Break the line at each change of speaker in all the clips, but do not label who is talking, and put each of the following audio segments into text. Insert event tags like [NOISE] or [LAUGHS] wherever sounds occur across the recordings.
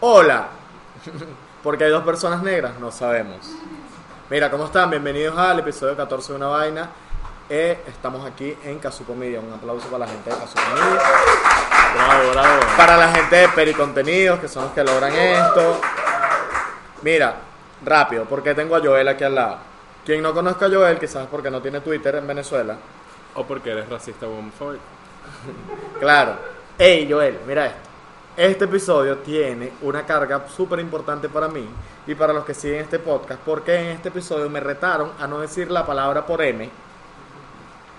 Hola. [LAUGHS] Porque hay dos personas negras, no sabemos. Mira, ¿cómo están? Bienvenidos al episodio 14 de Una Vaina. Eh, estamos aquí en Casu Comedia. Un aplauso para la gente de Casu Comedia.
Bravo, bravo.
Para la gente de Pericontenidos, que son los que logran esto. Mira, rápido, porque tengo a Joel aquí al lado. Quien no conozca a Joel, quizás porque no tiene Twitter en Venezuela.
O porque eres racista o homofóbico.
Claro. Hey, Joel, mira esto. Este episodio tiene una carga súper importante para mí y para los que siguen este podcast, porque en este episodio me retaron a no decir la palabra por M.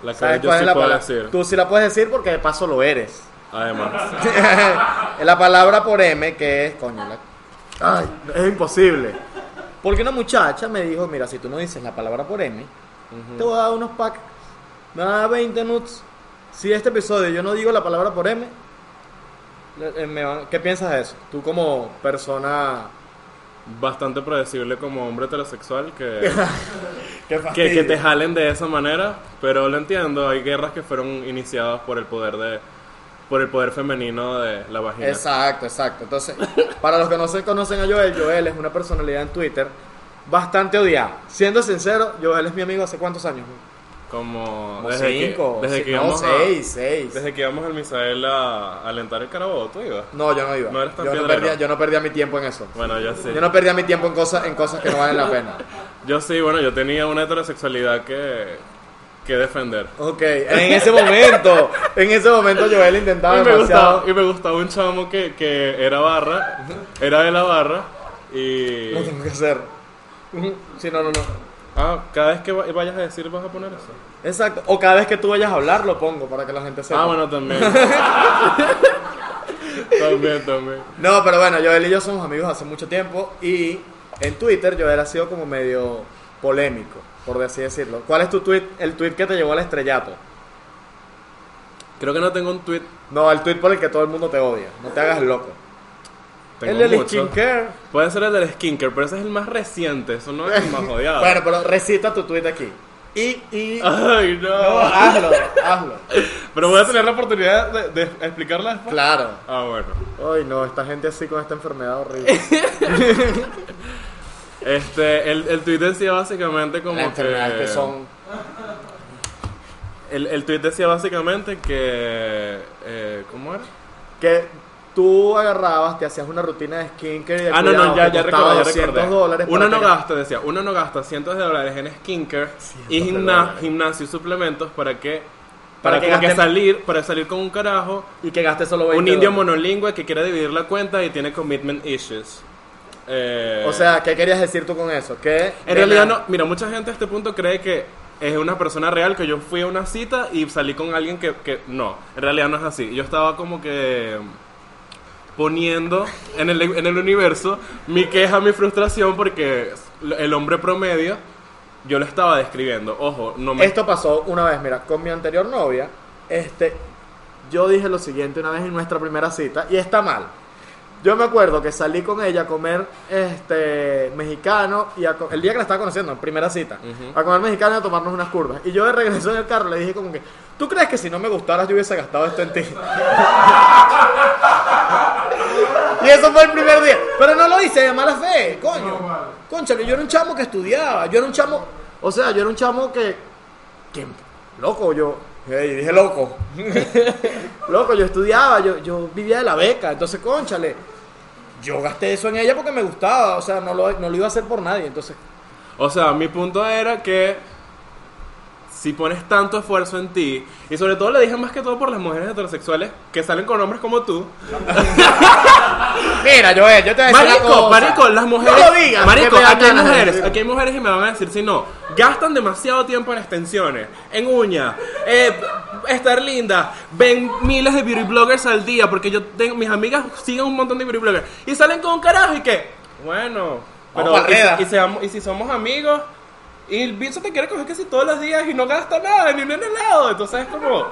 La que
¿Sabes
yo
cuál
sí
es la
puedo
palabra?
decir.
Tú sí la puedes decir porque de paso lo eres.
Además.
[LAUGHS] la palabra por M, que es, coño, la- Ay, es imposible. Porque una muchacha me dijo, mira, si tú no dices la palabra por M, te voy a dar unos packs, me vas a dar 20 nuts. Si este episodio yo no digo la palabra por M, le- eh, me van- ¿qué piensas de eso? Tú como persona...
Bastante predecible como hombre heterosexual
[LAUGHS]
que,
Ah, ¿Qué
que, que te jalen de esa manera. Pero lo entiendo, hay guerras que fueron iniciadas por el poder de por el poder femenino de la vagina.
Exacto, exacto. Entonces, [LAUGHS] para los que no se conocen a Joel, Joel es una personalidad en Twitter bastante odiada. Siendo sincero, Joel es mi amigo hace cuántos años.
Como,
Como
desde
cinco,
que, desde
si-
que
no,
íbamos a-
seis, seis.
desde que íbamos al Misael a, a alentar el carabobo, tú ibas.
No, yo no iba.
No eres tan
yo, no
piedrero.
perdía, yo no perdía mi tiempo en eso.
Bueno, yo sí.
Yo no perdía mi tiempo en cosas, en cosas que no valen la pena.
Yo sí, bueno, yo tenía una heterosexualidad que, que defender.
Ok, en
[LAUGHS]
ese momento, en ese momento Joel intentaba
y me
demasiado.
gustaba y me gustaba un chamo que, que era barra era de la barra y
Lo tengo que hacer. Sí, no, no, no.
ah cada vez que va- vayas a decir vas a poner eso
Exacto. O cada vez que tú vayas a hablar lo pongo para que la gente sepa.
ah
[LAUGHS]
bueno también también también
No, pero bueno, Joel y yo somos amigos hace mucho tiempo y en Twitter Joel ha sido como medio polémico, por así decirlo. ¿Cuál es tu tweet, el tweet que te llevó al estrellato?
creo que no tengo un tweet
No, el tweet por el que todo el mundo te odia. No te hagas loco.
tengo
el del
muchos.
skincare.
puede ser el del skincare pero ese es el más reciente eso no es el más odiado
Bueno, pero recita tu tweet aquí. Y,
[LAUGHS]
y...
ay
No,
no
hazlo, hazlo.
pero voy a tener la oportunidad de, de explicarla después
Claro.
ah bueno
Ay, no, esta gente así con esta enfermedad horrible.
este el, el tweet decía básicamente como
Las enfermedades
que
que son...
El, el tweet decía básicamente que. eh, ¿Cómo era?
Que tú agarrabas, te hacías una rutina de skincare y de
Ah, no,
cuidado
no, ya,
que
ya
costaba
recordé, ya
200
recordé.
dólares
Uno
para
no
que-
gasta, decía, uno no gasta cientos de dólares en skincare y
de
gimna-
dólares.
gimnasio y suplementos para que.
Para
Para,
que
como que
gasten-
salir, para salir con un carajo,
Y que gaste solo 20
un indio
dólares.
monolingüe que quiere dividir la cuenta y tiene commitment issues. Eh,
O sea, ¿qué querías decir tú con eso? Que
En realidad no, mira, mucha gente a este punto cree que es una persona real, que yo fui a una cita y salí con alguien que, que no, en realidad no es así. Yo estaba como que poniendo en el, en el universo mi queja, mi frustración, porque el hombre promedio yo lo estaba describiendo. Ojo, no me...
Esto pasó una vez, mira, con mi anterior novia, este, yo dije lo siguiente una vez en nuestra primera cita y está mal. Yo me acuerdo que salí con ella a comer este mexicano y a co- el día que la estaba conociendo, en primera cita,
Ujú.
a comer mexicano y a tomarnos unas curvas. Y yo de regreso en el carro le dije como que, ¿tú crees que si no me gustaras yo hubiese gastado esto en ti? [LAUGHS] Y eso fue el primer día. Pero no lo hice de mala fe, coño. Cónchale, yo era un chamo que estudiaba. Yo era un chamo. O sea, yo era un chamo que. que loco, yo. Ey, dije loco. [LAUGHS] loco, yo estudiaba, yo, yo vivía de la beca. Entonces, cónchale. Yo gasté eso en ella porque me gustaba. O sea, no lo, no lo iba a hacer por nadie. Entonces,
O sea, mi punto era que si pones tanto esfuerzo en ti, y sobre todo le dije más que todo por las mujeres heterosexuales que salen con hombres como tú,
mira, Joel, yo te voy a decir una
Marico,
cosa.
marico, las mujeres.
No lo digas.
marico,
que me dan
aquí hay
ganas de
mujeres,
decirlo.
aquí hay mujeres y me van a decir si no. Gastan demasiado tiempo en extensiones, en uñas, eh, estar linda. Ven miles de beauty bloggers al día porque yo tengo mis amigas siguen un montón de beauty bloggers y salen con un carajo y que bueno,
Vamos pa'l reda.
y, y seamos- y si somos amigos y el bicho te quiere coger que si todos los días y no gasta nada ni en el helado, entonces es como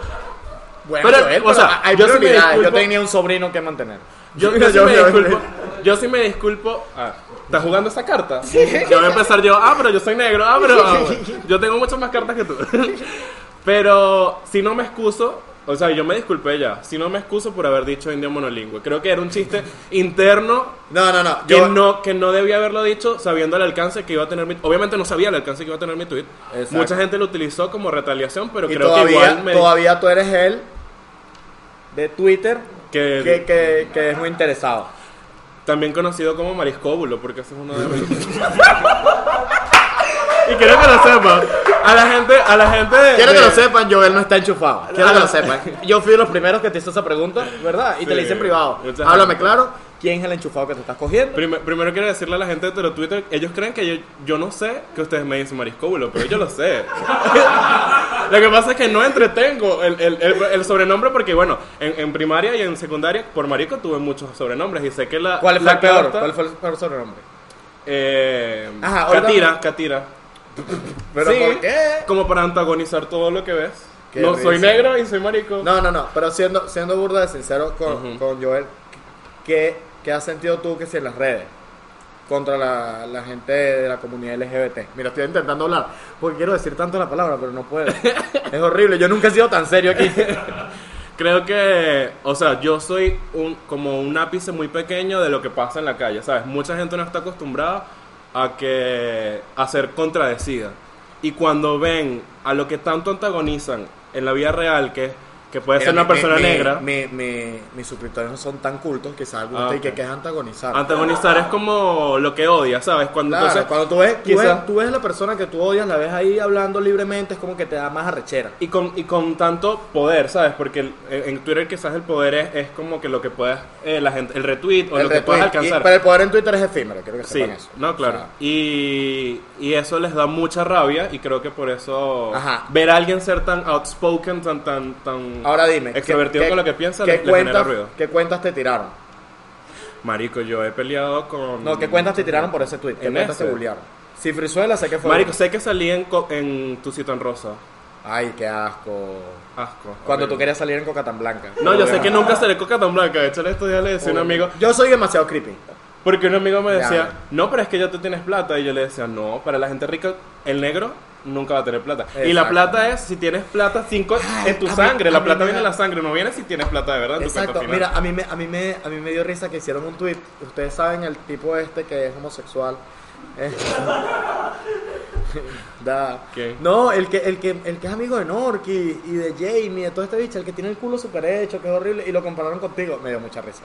Bueno,
Pero,
Joel,
o
pero
sea,
hay
yo sí me
prioridades. yo
disculpo.
tenía un sobrino que mantener. [LAUGHS]
Yo, yo sí me disculpo. Yo sí me disculpo. Ah, ¿Estás jugando esa carta? Yo voy a empezar yo. Ah, pero yo soy negro. [LAUGHS] Ah, pero. ah, bueno. Yo tengo muchas más cartas que tú. Pero si no me excuso O sea, yo me disculpé ya. Si no me excuso por haber dicho indio monolingüe. Creo que era un chiste interno
No, no, no.
que
Yo,
no que no debía haberlo dicho sabiendo el alcance que iba a tener mi obviamente no sabía el alcance que iba a tener mi tweet
Exacto.
mucha gente lo utilizó como retaliación pero
y
creo que
todavía,
igual me
todavía tú eres él de Twitter
Que-
que, que- que es muy interesado.
también conocido como mariscóbulo porque ese es uno de mis
[LAUGHS]
y quiero que lo sepan a la gente a la gente de-
Quiero que
de-
lo sepan, Joel no está enchufado. Quiero que lo sepan. Ah, [LAUGHS] Yo fui de los primeros que te hizo esa pregunta, ¿verdad? Y te
Sí.
la hice en privado.
Muchas
Háblame
gracias.
claro, ¿quién es el enchufado que te estás cogiendo?
Prime- primero quiero decirle a la gente de Twitter, ellos creen que yo, yo no sé que ustedes me dicen mariscóbulo, pero yo lo sé. [LAUGHS] lo que pasa es que no entretengo el, el- el- el sobrenombre porque, bueno, en, en primaria y en secundaria por marico tuve muchos sobrenombres y sé que la...
¿Cuál fue
la
el peor?
carta-
¿Cuál fue el peor sobrenombre?
Eh,
Ajá, ahorita-
catira, Catira.
¿Pero
Sí,
por qué?
Como para antagonizar todo lo que ves.
Qué
no, soy
risa.
negro y soy marico.
No, no, no, pero siendo, siendo burda de sincero con,
Ujú.
con Joel, ¿qué, qué has sentido tú que si en las redes? Contra la, la gente de la comunidad LGBT. Mira, estoy intentando hablar, porque quiero decir tanto la palabra, pero no [LAUGHS] puedo. es horrible, yo nunca he sido tan serio aquí.
Creo que, o sea, yo soy un, como un ápice muy pequeño de lo que pasa en la calle, ¿sabes? Mucha gente no está acostumbrada a, que, a ser contradecida. Y cuando ven a lo que tanto antagonizan en la vida real, que, que puede ser
Mira,
una
mi-
persona
mi-
negra,
mi- mi- mis suscriptores no son tan cultos que salgo
Ah,
usted y
ok.
que, que es antagonizar.
antagonizar es como lo que odia, ¿sabes? Cuando,
Claro,
entonces,
cuando tú ves, tú,
quizá-
ves, tú ves la persona que tú odias, la ves ahí hablando libremente, es como que te da más arrechera.
Y con, y con tanto poder, ¿sabes? Porque el- en, en Twitter quizás el poder es, es como que lo que puedas, eh, la gente, el retweet o
El
lo que puedas
retweet. Y-
alcanzar.
pero el poder en Twitter es efímero, quiero que
Sí,
sepan eso.
no, claro.
O sea,
y, y eso les da mucha rabia y creo que por eso
Ajá.
ver a alguien ser tan outspoken, tan tan tan
Ahora dime. ¿qué-
extrovertido
qué-
con lo que piensa,
¿qué
les, les genera
cuentas,
ruido.
¿Qué cuentas te tiraron?
Marico, yo he peleado con
No, ¿qué cuentas te tiraron por ese tweet? ¿Qué
En
cuentas
ese.
te bullearon? Si Frizuela, sé que fue.
Marico, sé que salí en, co- en tu cita en rosa.
Ay, qué asco.
Asco.
Cuando tú
horrible.
querías salir en Coca tan Blanca.
No, yo sé que nunca seré coca tan blanca. De hecho, en estos días le decía a un amigo,
Yo soy demasiado creepy.
porque un amigo me
Ya.
decía, no, pero es que ya tú tienes plata. Y yo le decía, no, para la gente rica, el negro nunca va a tener plata. Y la
Exacto.
plata es, si tienes plata, cinco
Ay,
en tu
a mí-
sangre.
a
la
mí
plata
me
viene en
da-
la sangre, no viene si tienes plata de verdad en tu cuenta
Exacto,
final.
mira, a mí, me, a, mí me, a mí me dio risa que hicieron un tweet. Ustedes saben el tipo este que es homosexual. Eh, [LAUGHS] da.
¿Qué?
No, el que, el, que, el que es amigo de Norky y de Jamie, de todo este bicho, el que tiene el culo super hecho, que es horrible, y lo compararon contigo, me dio mucha risa.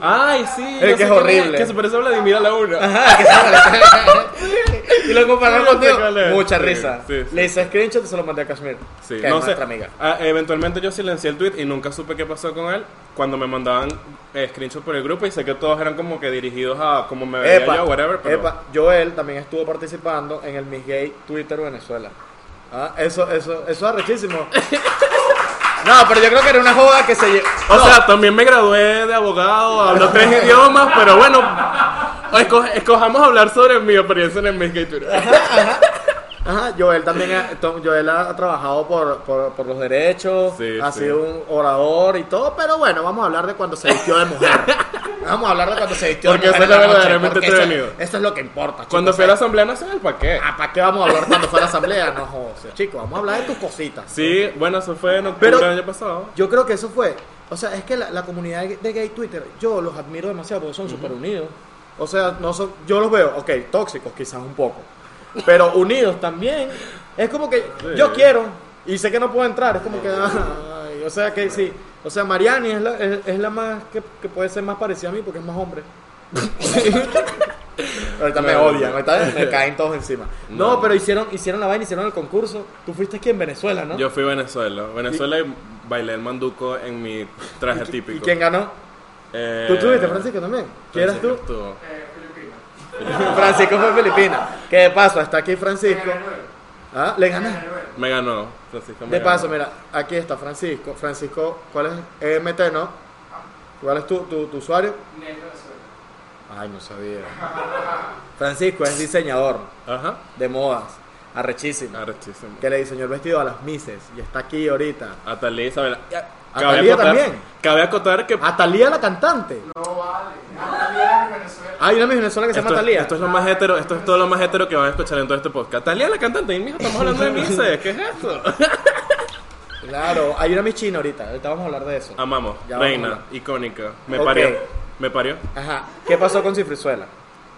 Ay, sí.
Es que
yo sé
es
quién
horrible.
Que se parece a Vladimir a la una.
y lo compararon
[LAUGHS] Sí, yo sé
contigo,
cuál es.
mucha
Sí,
risa.
sí, sí.
Le hice screenshot y se lo mandé a Kashmir,
Sí,
que
no
es
sé.
nuestra amiga.
Ah, eventualmente yo silencié el tweet y nunca supe qué pasó con él cuando me mandaban eh, screenshots por el grupo y sé que todos eran como que dirigidos a como me veía
Epa,
yo, whatever, pero
epa, Joel también estuvo participando en el Miss Gay Twitter Venezuela. Ah, eso, eso, eso es arrechísimo.
[LAUGHS]
No, pero yo creo que era una joda que se lle-
O
No,
sea, también me gradué de abogado, hablo tres idiomas, pero bueno, esco- escojamos hablar sobre mi experiencia en el Miss Gay Twitter.
ajá, Joel también ha, to- Joel ha ha trabajado por, por- por los derechos,
Sí,
ha
sí.
sido un orador y todo, pero bueno, vamos a hablar de cuando se vistió de
[LAUGHS]
mujer. Vamos a hablar de cuando se vistió
Porque
de mujer. en
eso es
la noche,
verdaderamente
porque eso-
entretenido.
Eso es lo que importa.
Cuando
chicos.
fui a la Asamblea Nacional, ¿para qué?
Ah, ¿Para qué vamos a hablar cuando fue a la asamblea? No, José. Chicos, vamos a hablar de tus cositas.
Sí, bueno, eso fue en octubre
Pero-
del año pasado.
Yo creo que eso fue. O sea, es que la, la comunidad de gay Twitter, yo los admiro demasiado porque son súper unidos. O sea, no son, yo los veo, ok, tóxicos quizás un poco. Pero unidos también. Es como que yo quiero y sé que no puedo entrar. Es como que. ah, ay, o sea, que sí. O sea, Mariani es la, es, es la más que, que puede ser más parecida a mí porque es más
[LAUGHS]
hombre. ahorita me
No, no,
odian,
no.
ahorita me caen todos encima. No,
No.
pero hicieron, hicieron la vaina, hicieron el concurso. Tú fuiste aquí en Venezuela, ¿no?
Yo fui a Venezuela. Venezuela y bailé el manduco en mi traje típico.
¿Y quién ganó?
Eh,
¿Tú estuviste, Francisco, también? ¿Quién eras tú?
Francisco estuvo.
Francisco fue Filipina. Que de paso, está aquí Francisco. ¿Ah? ¿Le ganas?
Me ganó. Francisco me
De
ganó.
paso, mira, aquí está Francisco. Francisco, ¿cuál es? EMT, ¿no? ¿Cuál es tu, tu, tu usuario? Ay, no sabía. Francisco es diseñador
Ajá.
de modas, arrechísimo,
Arrechísimo.
que le diseñó el vestido a las Mises y está aquí ahorita.
Atalía Isabela.
A Thalía también. Ah,
Cabe acotar que
A Talía la cantante. No vale. Hay una Miss Venezuela que se llama
esto, es-
Talía.
esto es lo más hetero, esto es todo lo más
[LAUGHS]
hetero que van a escuchar en todo este podcast. Talía la cantante, y mijo, estamos hablando de Mises, ¿qué es esto?
Claro, hay una Miss China ahorita, ahorita vamos a hablar de eso.
Amamos,
Ya vamos a
reina,
hablar.
icónica. Me
Ok.
parió. Me parió.
Ajá, ¿qué pasó con Cifrizuela?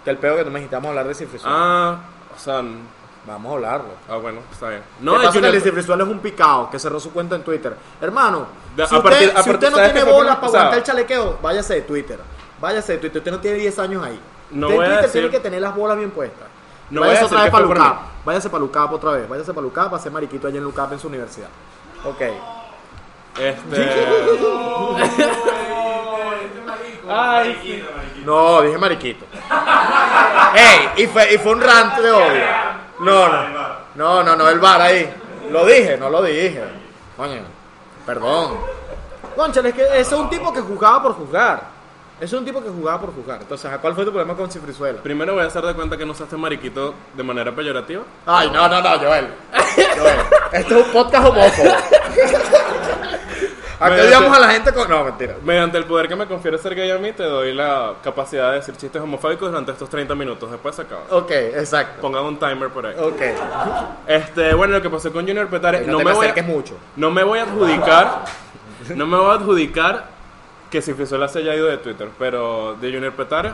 Que el peo que tú me dijiste, vamos a hablar de Cifrizuela.
Ah, o sea, n-
Vamos a hablarlo.
ah, bueno, está bien.
No,
No,
¿Qué
de
pasa que
Junior.
el Cifrizuela es un picado que cerró su cuenta en Twitter. Hermano,
Da-
si,
a
usted,
partir- a
si usted
partir-
no tiene
¿sabes qué fue lo que
bolas para
pasaba?
aguantar el chalequeo, váyase de Twitter. Váyase de Twitter, usted no tiene 10 años ahí.
No
usted en
voy a
Twitter
decir-
tiene que tener las bolas bien puestas.
No voy a
váyase
decir
otra vez
que
para
fue por
Lucap,
mí.
váyase para Lucap otra vez, váyase para Lucap para ser mariquito allá en Lucap en su universidad. Ok. [LAUGHS]
Este. Ay, sí.
No, dije mariquito. Ey, y fue, y fue un rant de odio. No, no. No, no, no, el bar ahí. Lo dije, no lo dije. Coño, perdón. Conchale, es que ese es un tipo que jugaba por jugar. Ese Es un tipo que jugaba por jugar. Entonces, ¿a ¿cuál fue tu problema con Cifrizuela?
Primero voy a hacer de cuenta que no usaste mariquito de manera peyorativa.
Ay, no, no, no, Joel. Joel. Esto es un podcast homófobo. [LAUGHS] Acá
Mira,
odiamos
te-
a la gente con. No, mentira.
Mediante el poder que me confiere ser gay a mí, te doy la capacidad de decir chistes homofóbicos durante estos 30 minutos. Después se acaba.
Ok, exacto.
Pongan un timer por ahí.
Ok.
Este, bueno, lo que pasó con Junior Petares,
No,
no
te
me voy a,
acerques mucho.
no me voy a adjudicar, no me voy a adjudicar que si Frisola se haya ido de Twitter, pero de Junior Petares,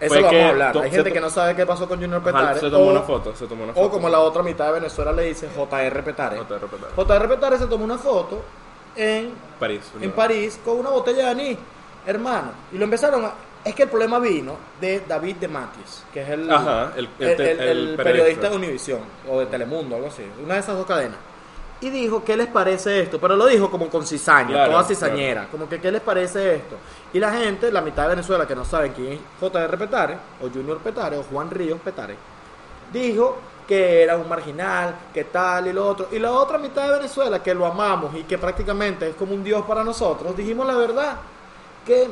Eso
Fue
lo vamos
que
a hablar.
to-
Hay
se
gente
to-
que no sabe qué pasó con Junior Petare.
se tomó
o-
una foto, se tomó una foto.
O como la otra mitad de Venezuela le dice JR Petare.
JR Petare.
JR Petare se tomó una foto en,
París.
en
¿no?
París con una botella de anís, hermano. Y lo empezaron a... Es que el problema vino de David de Matis, que es el,
Ajá, el- el-
el- el-
el
el periodista.
periodista. Mm.
de Univisión o de Telemundo, algo así. Una de esas dos cadenas. Y dijo, ¿qué les parece esto? Pero lo dijo como con cizaña,
Claro,
toda cizañera. Como que, ¿qué les parece esto? Y la gente, la mitad de Venezuela que no saben quién es JR Petare, o Junior Petare, o Juan Ríos Petare, dijo que era un marginal, que tal y lo otro. Y la otra mitad de Venezuela, que lo amamos y que prácticamente es como un dios para nosotros, dijimos la verdad. Que,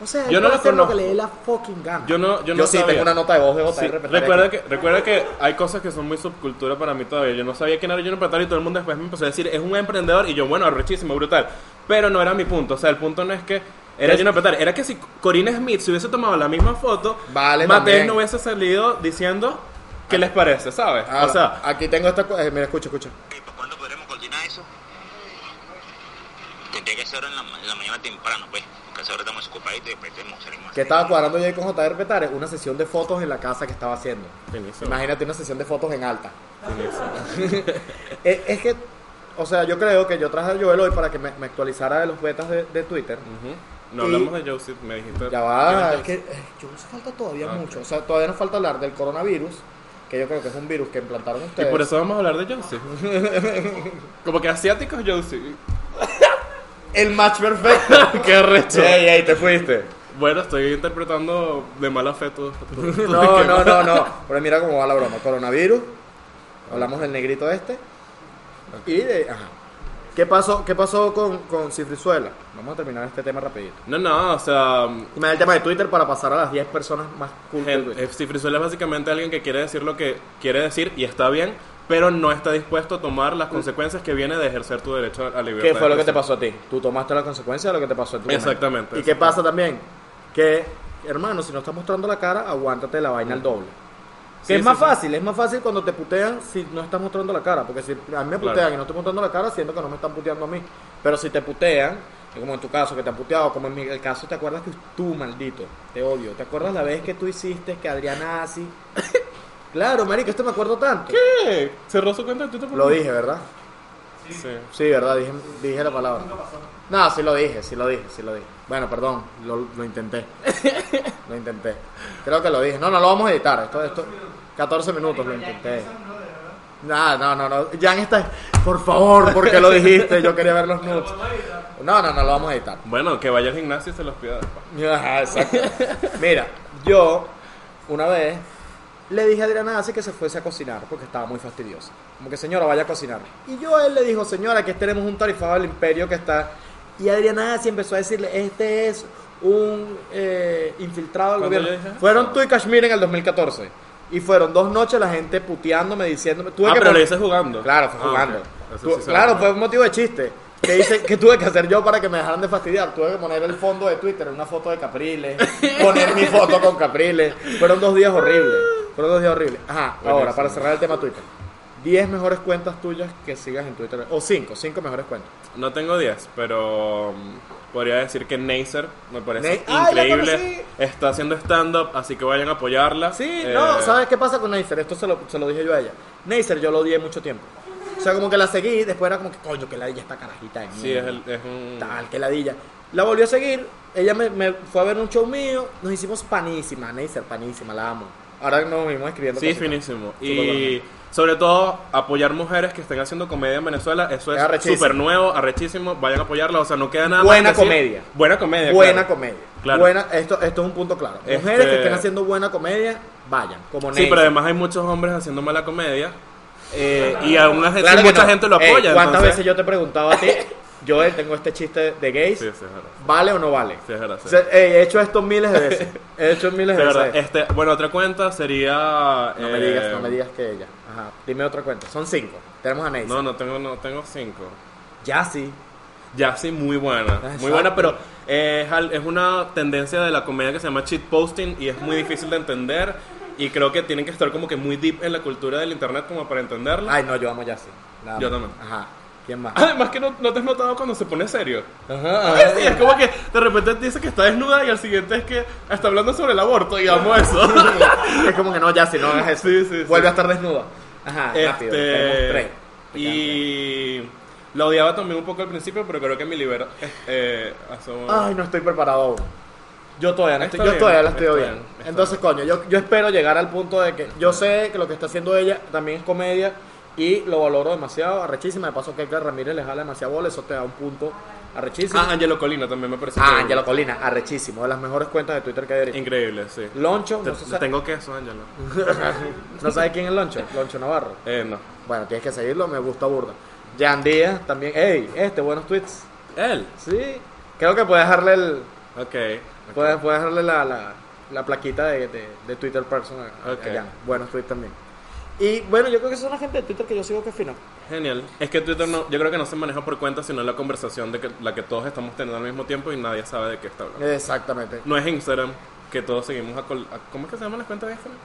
o sea, él
Yo no
puede
lo
hacer lo que
conozco.
le dé la fucking gana.
Yo no, yo no
sí
sabía.
tengo una nota de voz de JR
Sí,
Petare.
recuerda que, recuerda que hay cosas que son muy subcultura para mí todavía. Yo no sabía quién era Junior Petare y todo el mundo después me empezó a decir, es un emprendedor. Y yo, bueno, arrechísimo, brutal. Pero no era mi punto. O sea, el punto no es que era
Es-
Junior Petare. Era que si Corina Smith se hubiese tomado la misma foto,
Vale,
Mateo
también.
no hubiese salido diciendo qué les parece, ¿sabes?
Ahora,
o sea,
Ah, aquí tengo esta... co- eh, mira, escucha, escucha.
¿Y para cuándo podremos coordinar eso? Tendría que ser en la, ma- en la mañana temprano, pues, porque ahora estamos ocupaditos y después tenemos que salir más.
Que estaba cuadrando yo ahí con JR Petare una sesión de fotos en la casa que estaba haciendo.
Buenísimo.
Imagínate una sesión de fotos en alta. Eh, es, es que, o sea, yo creo que yo traje a Joel hoy para que me, me actualizara de los betas de, de Twitter.
Ujú. no
Y-
hablamos de Josie, me dijiste.
Ya va,
Mira,
es que eh, yo nos falta todavía
Ah, ok.
mucho. O sea, todavía nos falta hablar del coronavirus, que yo creo que es un virus que implantaron
Y
ustedes.
por eso vamos a hablar de
[LAUGHS]
Josie. Como que asiáticos Josie. [LAUGHS]
El match perfecto.
qué recho.
ey, ey, te
[LAUGHS]
fuiste.
Bueno, estoy interpretando de mala
[LAUGHS]
fe todo.
No, no, no, no. Pero mira cómo va la broma. Coronavirus. Hablamos del negrito este. Y de. Ajá. ¿Qué pasó, qué pasó con, con Cifrizuela? Vamos a terminar este tema rapidito.
No, no, o sea,
Y me da el tema de Twitter para pasar a las 10 personas más cool del
gente,
Twitter.
eh, Cifrizuela es básicamente alguien que quiere decir lo que quiere decir y está bien, pero no está dispuesto a tomar las consecuencias que viene de ejercer tu derecho a la libertad.
Mm. ¿Qué fue
de
lo que te
expresión.
pasó a ti? Tú tomaste la consecuencia de lo que te pasó a ti.
Exactamente.
¿Y qué pasa también? Que, hermano, si no estás mostrando la cara, aguántate la vaina al doble. Que
Sí,
es
sí,
más
sí.
fácil, es más fácil cuando te putean si no estás mostrando la cara. Porque si a mí me putean
Claro.
y no estoy mostrando la cara, siento que no me están puteando a mí. Pero si te putean, como en tu caso que te han puteado, como en mi- el caso, ¿te acuerdas que tú, maldito, te odio? ¿Te acuerdas la vez que tú hiciste que Adriana así? [COUGHS] claro, marico, esto me acuerdo tanto.
¿Qué? ¿Cerró su cuenta de Twitter? por
Lo
favor?
dije, ¿verdad?
Sí.
Sí, ¿verdad? Dije, dije la palabra. No, sí lo dije, sí lo dije, sí lo dije. Bueno, perdón, lo, lo intenté. Lo intenté. Creo que lo dije. No, no lo vamos a editar. Esto, esto, 14 minutos lo intenté. No, no, no, no. Jan está. Por favor, porque lo dijiste. Yo quería ver los nudes. No, no, no lo vamos a editar.
Bueno, que vaya al gimnasio y se los pida
[LAUGHS]
después.
Ajá, exacto. Mira, yo una vez le dije a Adriana Ace que se fuese a cocinar porque estaba muy fastidiosa. Como que señora, vaya a cocinar. Y yo a él le dijo, señora, que tenemos un tarifado del imperio que está. Y Adriana Ace empezó a decirle, este es un eh, infiltrado del
¿Cuándo
gobierno.
yo dije?
Fueron tú y Kashmir en el 2014. Y fueron dos noches la gente puteándome, diciéndome. Tuve
ah,
que
pero
pon-
lo hice jugando.
Claro, fue
Ah, ok.
jugando.
Eso
Tu-
sí se
claro,
lo-
fue un motivo de chiste. Que, hice, que tuve que hacer yo para que me dejaran de fastidiar. Tuve que poner el fondo de Twitter en una foto de [LAUGHS] Capriles, poner mi foto con Capriles. Fueron dos días horribles. Fueron dos días horribles. Ajá, ahora,
Buenísimo.
para cerrar el tema Twitter. 10 mejores cuentas tuyas que sigas en Twitter. O 5, 5 mejores cuentas.
No tengo 10, pero mm, podría decir que Nacer me parece
Ne- ¡Ah, la
increíble.
conocí!
Está haciendo stand-up, así que vayan a apoyarla.
Sí,
Eh,
no, ¿sabes qué pasa con Neisser? Esto se lo, se lo dije yo a ella. Neisser yo lo odié mucho tiempo. O sea, como que la seguí, después era como que, coño, que ladilla esta carajita. de
Sí, es,
mierda,
el- es un.
Tal, que ladilla. La volvió a seguir, ella me, me fue a ver un show mío, nos hicimos panísima, Neisser, panísima, la amo. Ahora nos vimos escribiendo.
Sí,
cositas.
finísimo.
Súper
Y sobre todo, apoyar mujeres que estén haciendo comedia en Venezuela. Eso
Es
es
arrechísimo.
súper nuevo, arrechísimo. Vayan a apoyarla. O sea, no queda nada más
Buena
que decir.
comedia.
Buena comedia.
Buena
claro.
comedia.
Claro.
Buena, esto, esto es un punto claro. Mujeres
Este-
que estén haciendo buena comedia, vayan. Como
Sí,
Neisser.
pero además hay muchos hombres haciendo mala comedia. eh, y aún así
Claro que
mucha
no.
gente lo
Ey,
apoya.
¿Cuántas
entonces-
veces yo te preguntaba
[LAUGHS]
a ti, Joel, tengo este chiste de gays?
Sí, sí, es verdad.
¿Vale o no vale?
Sí, es verdad, sí.
O sea, ey, he hecho esto miles de veces. He hecho miles
Sí,
de
es verdad.
veces.
Este, bueno, otra cuenta sería.
No
eh,
me digas, no me digas que ella. Ajá. Dime otra cuenta. Son cinco. Tenemos a Neisser.
No, no tengo, no tengo cinco.
Ya sí.
Yassi, muy buena.
Exacto.
Muy buena, pero eh, es al- es una tendencia de la comedia que se llama cheat posting y es muy difícil de entender. Y creo que tienen que estar como que muy deep en la cultura del internet como para entenderla.
Ay, no, yo amo ya sí. La amo.
Yo también.
Ajá. ¿Quién más?
[LAUGHS] Además que no, no te has notado cuando se pone serio.
Ajá.
[LAUGHS] Ay, sí, es como que de repente dice que está desnuda y al siguiente es que está hablando sobre el aborto y amo eso.
[LAUGHS] es como que no, ya sí, no hagas eso.
Sí, sí, sí.
Vuelve a estar desnuda. Ajá, rápido. Tenemos
Este,
tres. Te quedan tres.
y la odiaba también un poco al principio, pero creo que me libera. Eh, hace un-
Ay, no estoy preparado aún. Yo todavía, no
Está
estoy, yo
bien,
todavía la estoy
está
odiando.
bien, está
Entonces, coño, yo, yo espero llegar al punto de que yo sé que lo que está haciendo ella también es comedia y lo valoro demasiado, arrechísima. De paso, que Edgar Ramírez le jala demasiado bola, eso te da un punto arrechísimo.
Ah, Angelo Colina también me parece.
Ah,
increíble.
Angelo Colina, arrechísimo, de las mejores cuentas de Twitter que hay ahorita.
Increíble, sí.
Loncho,
Te-
no, se
te
sa-
tengo queso, Angelo.
¿no sabes quién es Loncho? Loncho Navarro.
Eh, no.
Bueno, tienes que seguirlo, me gusta burda. Jan Díaz también, ey, este, buenos tweets.
Él.
Sí, creo que puedes dejarle el,
Ok.
Puedes, puedes darle la, la, la plaquita de, de, de Twitter Person a, a-
Ok.
a Jan. Buenos tweets también. Y bueno, yo creo que son la gente de Twitter que yo sigo que es fino.
Genial. Es que Twitter no, yo creo que no se maneja por cuenta, sino la conversación de que, la que todos estamos teniendo al mismo tiempo y nadie sabe de qué está
Eh.
hablando.
Exactamente.
No es Instagram, que todos seguimos a, col- a- ¿Cómo es que se llaman las cuentas de Instagram?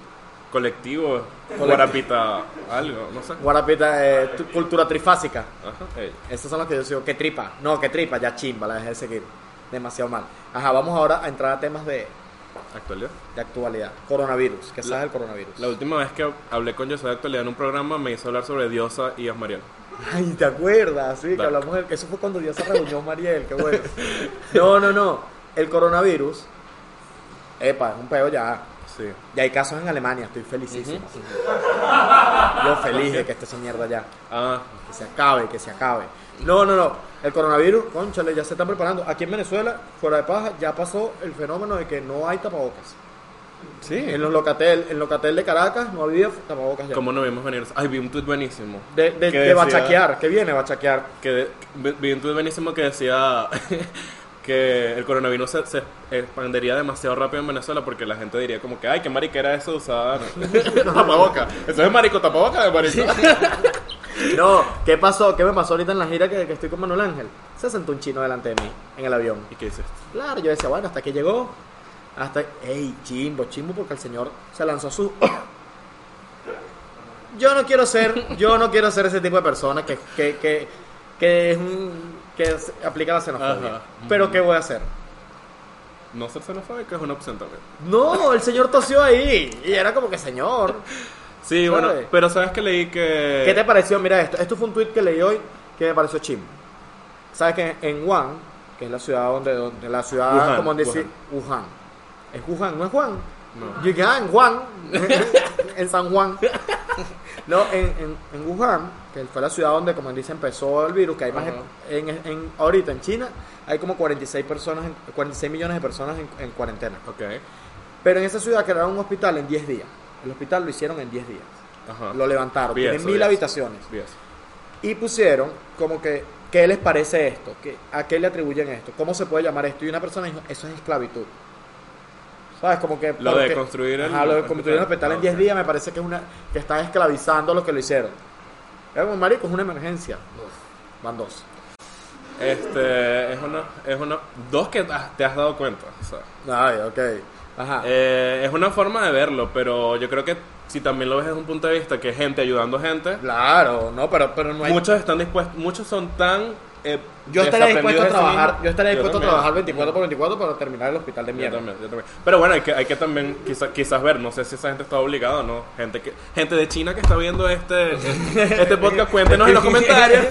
Colectivo,
Colectivo.
Guarapita, algo, no sé.
Guarapita, eh, tu- cultura trifásica.
Ajá, ey.
Esas son las que yo sigo. Que tripa. No, que tripa, ya chimba, la dejé de seguir. Demasiado mal. Ajá, vamos ahora a entrar a temas de,
Actualidad.
de actualidad. Coronavirus. ¿Qué
La-
sabes del coronavirus?
La última vez que hablé con José de actualidad en un programa me hizo hablar sobre Diosa y Asmariel.
Ay, ¿te acuerdas? Sí, que
Dark.
hablamos del- Eso fue cuando Dios se reunió Mariel, qué bueno. No, no, no. El coronavirus. Epa, es un peo ya.
Sí.
Y hay casos en Alemania, estoy felicísimo. Yo feliz de que esté esa mierda ya.
Ah,
Que se acabe, que se acabe. No, no, no. El coronavirus, conchale, ya se están preparando. Aquí en Venezuela, fuera de paja, ya pasó el fenómeno de que no hay tapabocas.
sí.
En los locatel, en locatel de Caracas no había tapabocas ya.
¿Cómo no vimos venir? Ay, vi un tuit buenísimo.
De, de,
que
de
decía-
bachaquear, que viene bachaquear.
Que de- vi- vi un tuit buenísimo que decía [LAUGHS] que el coronavirus se, se expandería demasiado rápido en Venezuela porque la gente diría como que, ay, qué mariquera eso
[LAUGHS]
usaba [LAUGHS] tapaboca. Eso es marico, tapaboca de marico.
No, ¿qué pasó? ¿Qué me pasó ahorita en la gira que, que estoy con Manuel Ángel? Se sentó un chino delante de mí, en el avión.
¿Y qué dices?
Claro, yo decía, bueno, hasta aquí llegó. Hasta. ¡Ey, chimbo, chimbo! Porque el señor se lanzó a su. [COUGHS] yo no quiero ser. Yo no quiero ser ese tipo de persona que. que, que, que es un- que es- aplica la xenofobia.
Ajá.
Pero ¿qué voy a hacer?
No ser xenofóbico es una opción también.
No, el señor tosió ahí. Y era como que, señor.
Sí,
¿Sabes?
bueno, pero ¿sabes que leí que...?
¿Qué te pareció? Mira esto. Esto fue un tweet que leí hoy que me pareció chimbo. Sabes que en Wuhan, que es la ciudad donde, donde la ciudad,
Wuhan,
como decir, Wuhan. Es Wuhan, no es Juan.
No.
Yo dije, ah, en Juan, [LAUGHS] en San Juan. No, en, en, en Wuhan, que fue la ciudad donde, como dice, empezó el virus, que hay más,
Ajá.
en, en- ahorita en China hay como 46, personas en- 46 millones de personas en, en cuarentena.
Ok,
Pero en esa ciudad crearon un hospital en 10 días. El hospital lo hicieron en 10 días.
ajá.
Lo levantaron,
Vi
tiene
Ah, eso,
mil
vi eso.
habitaciones.
Vi eso.
Y pusieron como que, ¿qué les parece esto? ¿Qué, ¿A qué le atribuyen esto? ¿Cómo se puede llamar esto? Y una persona dijo, eso es esclavitud. ¿Sabes? Como que...
Lo de
porque-
construir el
Ajá, lo de
hospital.
construir el hospital
Ah,
en 10
ok.
días me parece que es una que están esclavizando a los que lo hicieron. Es como, marico, es una emergencia. Van dos.
Este, es una, es una, dos que ah, te has dado cuenta, o sea,
Ay, ok. Ajá.
eh, es una forma de verlo, pero yo creo que si también lo ves desde un punto de vista que es gente ayudando a gente,
Claro, no, pero, pero no hay.
muchos están dispuestos, muchos son tan eh,
yo estaría dispuesto a
desaprendidos de sí
trabajar,
mismos.
yo estaría dispuesto a
también.
trabajar 24 por 24 para terminar el hospital de
Yo
mierda.
también, yo también. Pero bueno, hay que, hay que también quizá- quizás ver, no sé si esa gente está obligada o no. Gente que gente de China que está viendo
[LAUGHS]
este, este podcast, cuéntenos en los comentarios.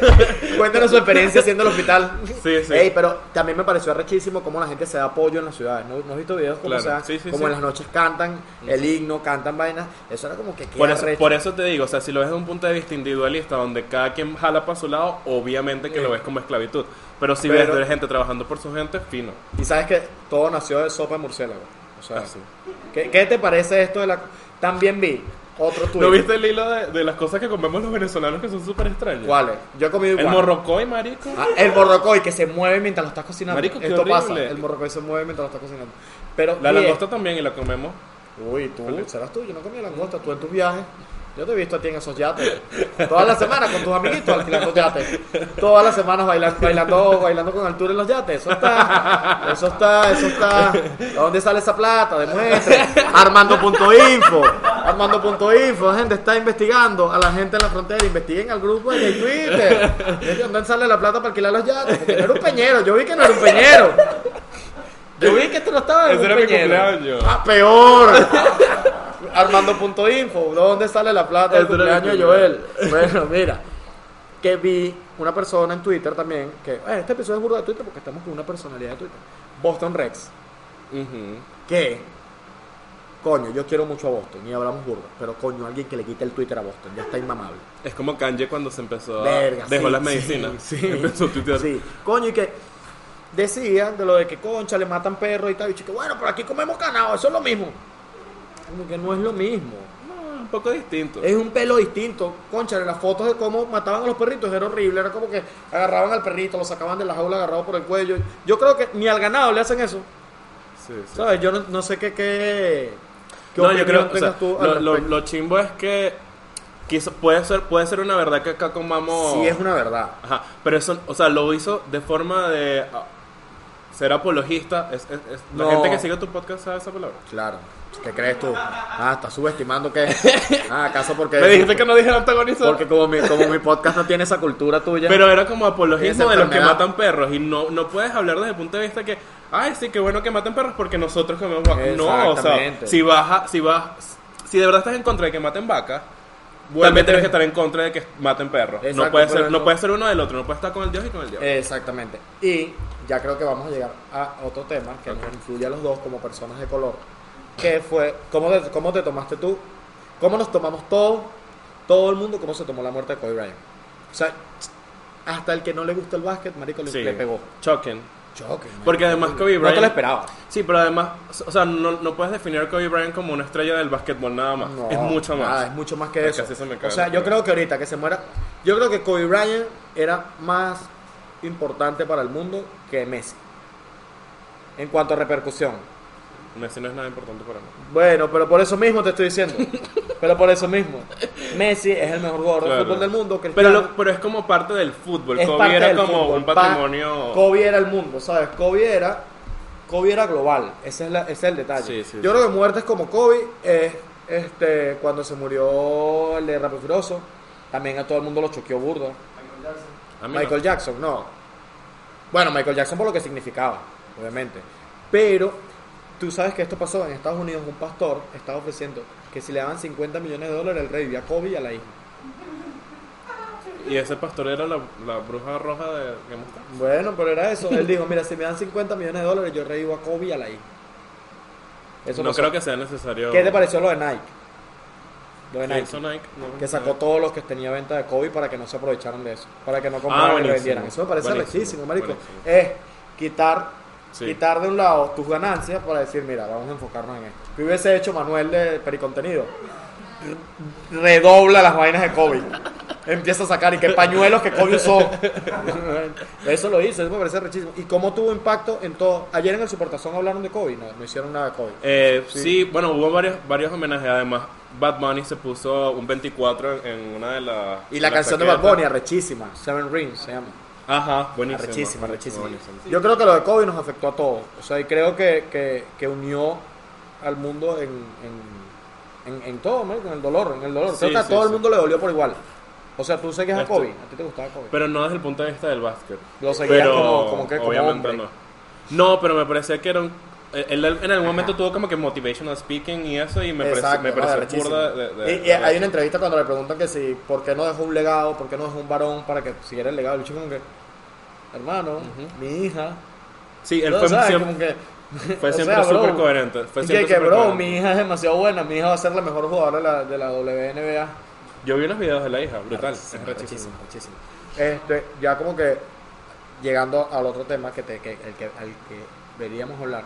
Cuéntanos su experiencia haciendo el hospital.
Sí, sí.
Ey, pero también me pareció arrechísimo cómo la gente se da apoyo en las ciudades. ¿No, ¿No has visto videos como,
Claro.
se dan?
Sí, sí,
como
sí.
en las noches cantan el himno, cantan vainas? Eso era como que qué
Por eso,
arrecho.
por eso te digo, o sea, si lo ves desde un punto de vista individualista, donde cada quien jala para su lado, obviamente que lo ves como esclavitud. Pero si
Pero-
ves de gente trabajando por su gente, fino.
Y sabes que todo nació de sopa de murciélago. O sea,
Ah, sí.
¿qué, qué te parece esto de la... También vi otro tuit.
¿No viste el hilo de, de las cosas que comemos los venezolanos que son súper extrañas?
¿Cuáles? Yo he comido
El
igual.
morrocoy, marico.
Ah, el morrocoy que se mueve mientras lo estás cocinando.
Marico, qué
Esto pasa.
horrible.
El morrocoy se mueve mientras lo estás cocinando. Pero
la
vi
langosta también y la comemos.
Uy, tú, serás tú, yo no comí langosta, tú en tus viajes. Yo te he visto a ti en esos yates. Todas las semanas con tus amiguitos alquilando yates. Todas las semanas bailando, bailando, bailando con altura en los yates. Eso está, eso está, eso está. ¿De dónde sale esa plata? Demuestre. Armando.info. Armando.info. La gente está investigando a la gente en la frontera. Investiguen al grupo en el Twitter. ¿De dónde sale la plata para alquilar los yates? Porque no era un peñero. Yo vi que no era un peñero. Yo vi que esto no estaba en
Ese
un
era mi
peñero.
cumpleaños.
Ah, peor. Armando.info, ¿dónde sale la plata del
Eso era
cumpleaños de
mi
Joel? Bueno, mira, que vi una persona en Twitter también, que eh, este episodio es burda de Twitter porque estamos con una personalidad de Twitter, Boston Rex,
Ujú.
que, coño, yo quiero mucho a Boston y hablamos burda, pero coño, alguien que le quite el Twitter a Boston, ya está inmamable.
Es como Kanye cuando se empezó a...
Verga,
Ah, dejó
sí,
las
sí,
medicinas.
sí.
[LAUGHS] Empezó a tuitear.
Sí, coño, y que decían de lo de que concha le matan perros y tal, y yo, que bueno, pero aquí comemos ganado, eso es lo mismo. Como que no es lo mismo.
No, un poco distinto.
Es un pelo distinto. Concha, en las fotos de cómo mataban a los perritos era horrible. Era como que agarraban al perrito, lo sacaban de la jaula agarrado por el cuello. Yo creo que ni al ganado le hacen eso.
Sí, sí.
¿Sabes? Yo no, no sé qué. qué, qué
No, yo
opinión
creo, o
tengas
sea,
tú al
lo, lo-
respecto.
lo chimbo es que quiso- puede ser puede ser una verdad que acá comamos...
Sí, es una verdad.
Ajá, pero eso, o sea, lo hizo de forma de ah, ser apologista. Es, es- es-
No.
La gente que sigue tu podcast sabe esa palabra.
Claro. ¿Qué crees tú? Ah, estás subestimando [LAUGHS] que. Ah, ¿acaso porque.?
Me dijiste que no dijera antagonizar.
Porque como mi, como mi podcast no tiene esa cultura tuya.
Pero era como
Esa
apologismo de los que
enfermedad.
matan perros. Y no, no puedes hablar desde el punto de vista que, ay, sí, qué bueno que maten perros porque nosotros comemos vacas. No, o sea,
Exactamente.
si baja, si vas, si de verdad estás en contra de que maten vacas,
Vuelve
también tienes que
tres.
estar en contra de que maten perros.
Exacto, Eh,
no puede
pero
ser, no
no-
puede ser uno del otro, no puede estar con el Dios y con el Dios.
Exactamente. Y ya creo que vamos a llegar a otro tema que nos influye a los dos como personas de color, que fue cómo te, cómo te tomaste tú, cómo nos tomamos todos, todo el mundo, cómo se tomó la muerte de Kobe Bryant. O sea, hasta el que no le gusta el básquet, marico, le,
Sí.
le pegó.
Choquen.
Choque, marico.
Porque además
No te
Kobe Bryant-
lo esperaba.
Sí, pero además, o sea, no, no puedes definir a Kobe Bryant como una estrella del básquetbol nada más.
No,
es mucho más.
nada, es mucho más que
Ay,
eso.
casi se me cae
o sea,
el
yo
pelo.
creo que ahorita que se muera, yo creo que Kobe Bryant era más importante para el mundo que Messi. En cuanto a repercusión.
Messi no es nada importante para mí.
Bueno, pero por eso mismo te estoy diciendo. pero por eso mismo. Messi es el mejor jugador de
Claro.
fútbol del mundo. Cristiano
Pero, lo- pero es como parte del fútbol.
es
Kobe
parte
era
del
como
fútbol.
un
Pa-
patrimonio.
Kobe era el mundo, ¿sabes? Kobe era, Kobe era global. Ese es, la- ese es el detalle.
Sí, sí,
Yo
sí.
creo que muertes como Kobe es este, cuando se murió el de Rápido y Furioso. También a todo el mundo lo choqueó burda.
A mí no.
Michael Jackson, no. Bueno, Michael Jackson por lo que significaba, obviamente. Pero tú sabes que esto pasó en Estados Unidos. Un pastor estaba ofreciendo que si le daban 50 millones de dólares, él revivía a Kobe y a la hija.
Y ese pastor era la, la bruja roja de Game of Thrones.
Bueno, pero era eso. Él dijo, mira, si me dan 50 millones de dólares, yo revivo a Kobe y a la hija. Eso
no
pasó.
creo que sea necesario.
¿Qué te pareció lo de Nike? Lo de
Sí,
Nike.
eso Nike, no-
Que sacó todos los que tenía venta de Kobe para que no se aprovecharan de eso, para que no
Ah,
compraran y lo
buenísimo.
vendieran. Eso me parece
Buenísimo,
rechísimo, marico.
buenísimo.
Es quitar,
Sí.
quitar de un lado tus ganancias para decir, mira, vamos a enfocarnos en esto. ¿Qué hubiese hecho Manuel de Pericontenido? R- Redobla las vainas de Kobe. Empieza a sacar y qué pañuelos que Kobe usó. eso lo hizo, eso me parece rechísimo. ¿Y cómo tuvo impacto en todo? Ayer en el Supertazón hablaron de Kobe, no, no hicieron nada de Kobe.
Eh,
Sí.
sí. bueno, hubo varios, varios homenajes. Además, Bad Bunny se puso un 24 en, en una de las.
Y la
de las
canción de Bad Ah,
chaquetas.
Bunny, arrechísima, Seven Rings se llama.
Ajá, buenísimo.
Arrechísima,
buenísimo,
arrechísima.
buenísimo.
Yo creo que lo de COVID nos afectó a todos. O sea, y creo que, que, que unió al mundo en, en, en, en todo, marico, en el dolor, en el dolor.
Sí,
Creo que a
sí,
todo el
sí.
mundo le dolió por igual. O sea, tú seguías a
Esto-
Kobe, a ti te gustaba Kobe.
Pero no desde el punto de vista del básquet.
Lo seguías
Pero
como, como que como
obviamente
hombre.
no. No, pero me parecía que era un... eh, Él, él en algún momento tuvo como que motivational speaking y eso y me
Exacto, no,
pareció, me pareció
arrechísimo.
burda de, de-
Y- y
de-
hay una entrevista cuando le preguntan que si, ¿por qué no dejó un legado? ¿Por qué no dejó un varón para que siguiera el legado? El chico como que, hermano, mi hija.
Sí, él
No,
fue
¿sabes?
siempre,
Como que- [LAUGHS]
fue
o
siempre
sea, bro,
súper
y
coherente. Fue
que,
Pues siempre
que,
súper
bro,
coherente.
mi hija es demasiado buena, mi hija va a ser la mejor jugadora de la, de la WNBA.
Yo vi los videos de la hija, brutal.
Arrechísimo,
es rechísimo.
arrechísimo. Este, ya como que llegando al otro tema que te, que, el que, al que deberíamos hablar,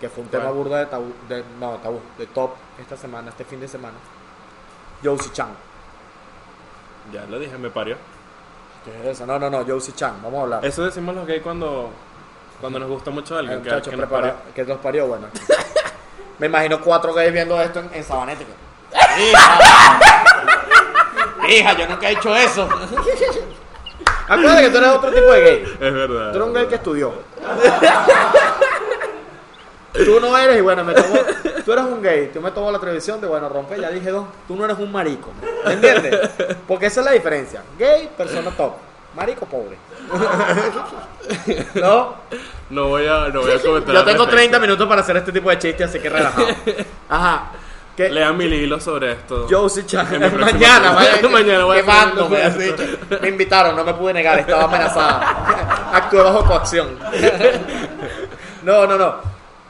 que fue un
¿Cuál?
tema burda de tabú, de, no, tabú, de top esta semana, este fin de semana. Josie Chan.
Ya lo dije, me parió.
¿Qué es eso? No, no, no, Josie Chan, vamos a hablar.
Eso decimos los gays cuando, cuando nos gusta mucho
Eh,
alguien. que-
muchachos,
que nos
prepara-
parió.
que los parió, bueno. [LAUGHS] Me imagino cuatro gays viendo esto en, en Sabanete.
[LAUGHS]
Hija, yo nunca he hecho eso.
Acuérdate que tú eres otro tipo de gay.
Es verdad.
Tú eres un gay que estudió. Tú no eres, y bueno, me tomó. Tú eres un gay. Tú me tomó la televisión de, bueno, rompe, ya dije dos. Tú no eres un marico. ¿Me entiendes? Porque esa es la diferencia. Gay, persona top. Marico, pobre. [LAUGHS] ¿No?
No voy a, no voy a comentar.
[LAUGHS] Yo tengo
al respecto.
30 minutos para hacer este tipo de chistes, así que [LAUGHS] relajado. Ajá. Que
Lean mi hilo sobre esto.
Josie Chan.
En mi próxima
[LAUGHS] Mañana,
película. Mañana voy a hacer
quemando, [LAUGHS]
un
me has
documento.
dicho. Me invitaron, no me pude negar, estaba amenazada. [LAUGHS] Actué bajo coacción. [LAUGHS] No, no, no.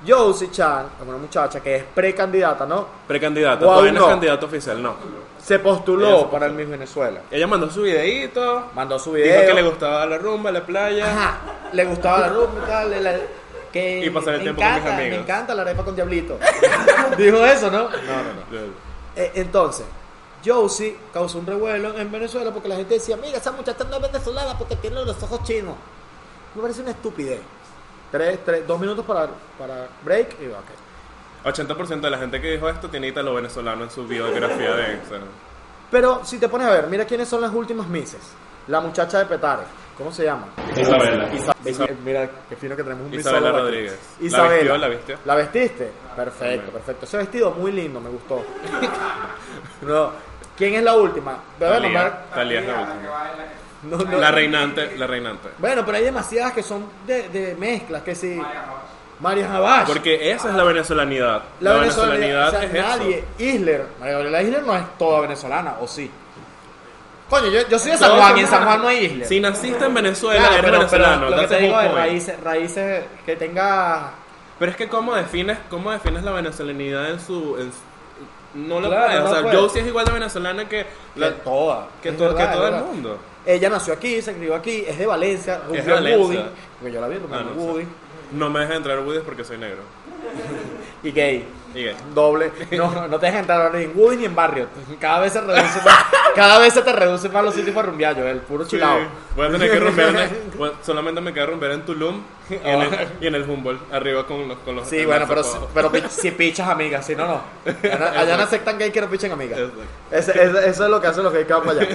Josie Chan, una muchacha que es precandidata, ¿no?
Precandidata.
Guau,
Todavía no
no.
es candidata oficial, no.
Se
Ella se
postuló
postuló.
para el Miss Venezuela.
Ella mandó su videíto.
Mandó su video.
Dijo que le gustaba la rumba, la playa.
Ajá, le gustaba la rumba y tal. le- le- que
Y pasar el
me
tiempo con mis
encanta,
amigos.
Me encanta la arepa con diablito. [LAUGHS] Dijo eso, ¿no? No, no, no. Eh, entonces, Josie causó un revuelo en Venezuela porque la gente decía, mira, esa muchacha no es venezolana porque tiene los ojos chinos. Me parece una estupidez. Tres, tres, dos minutos para, para break y va, ok.
80% de la gente que dijo esto tiene lo venezolano en su biografía de Instagram.
Pero si te pones a ver, mira quiénes son las últimas misses. La muchacha de Petare, ¿cómo se llama?
Isabela.
Eh, Mira, qué fino que tenemos un
Isabela
bisólogo aquí.
Rodríguez. ¿La
Isabela.
vistió, la vistió?
¿La vestiste? Perfecto,
Ok.
perfecto. Ese vestido muy lindo, me gustó. [LAUGHS] no. ¿Quién es la última? Te voy a nombrar-
Talía. Talía es la última.
[LAUGHS] No, no.
La reinante, la reinante.
Bueno, pero hay demasiadas que son de, de mezclas, que sí. María Javás.
Porque esa es la venezolanidad. La, venezolanidad,
o sea,
es
nadie.
eso.
Isler. María Gabriela Isler no es toda venezolana, ¿o sí? Coño, yo, yo soy de San
Todos
Juan
son
y en San Juan no hay Isler.
Si naciste en Venezuela,
Claro,
eres
pero,
venezolano.
pero lo que te
that's a
digo
whole
de
point.
raíces, raíces que tenga...
Pero es que cómo defines, cómo defines la venezolanidad en su, en su- no lo
Claro,
puedes.
no
o sea,
puedes.
Josie es igual de venezolana que la-
que toda.
que,
Es
to- que
verdad, es
todo el
verdad.
mundo.
Ella nació aquí, se crió aquí, es de Valencia,
de
rumbeó en
Valencia.
Woody, porque yo la vi rumbeando
Ah,
en
no sé.
Woody,
No me dejes entrar Woody porque soy negro.
y gay.
Y gay.
Doble. No, no te dejes entrar ni en Woody ni en Barrio. Cada vez se reduce más, cada vez se te reduce más los sitios para rumbear, Joel. Puro [LAUGHS] chilao.
Sí. Voy a tener que romper.
[LAUGHS]
en- voy- solamente me queda romper en Tulum y, en el, y en el Humboldt, arriba con los. Con los
Sí, bueno,
enlaces
pero,
abajo.
pero pi- si pichas amigas, si no, no. Allá, allá no aceptan gay que no pichen amigas.
Exacto.
Ese- ese- eso es lo que hacen los gays que van para allá.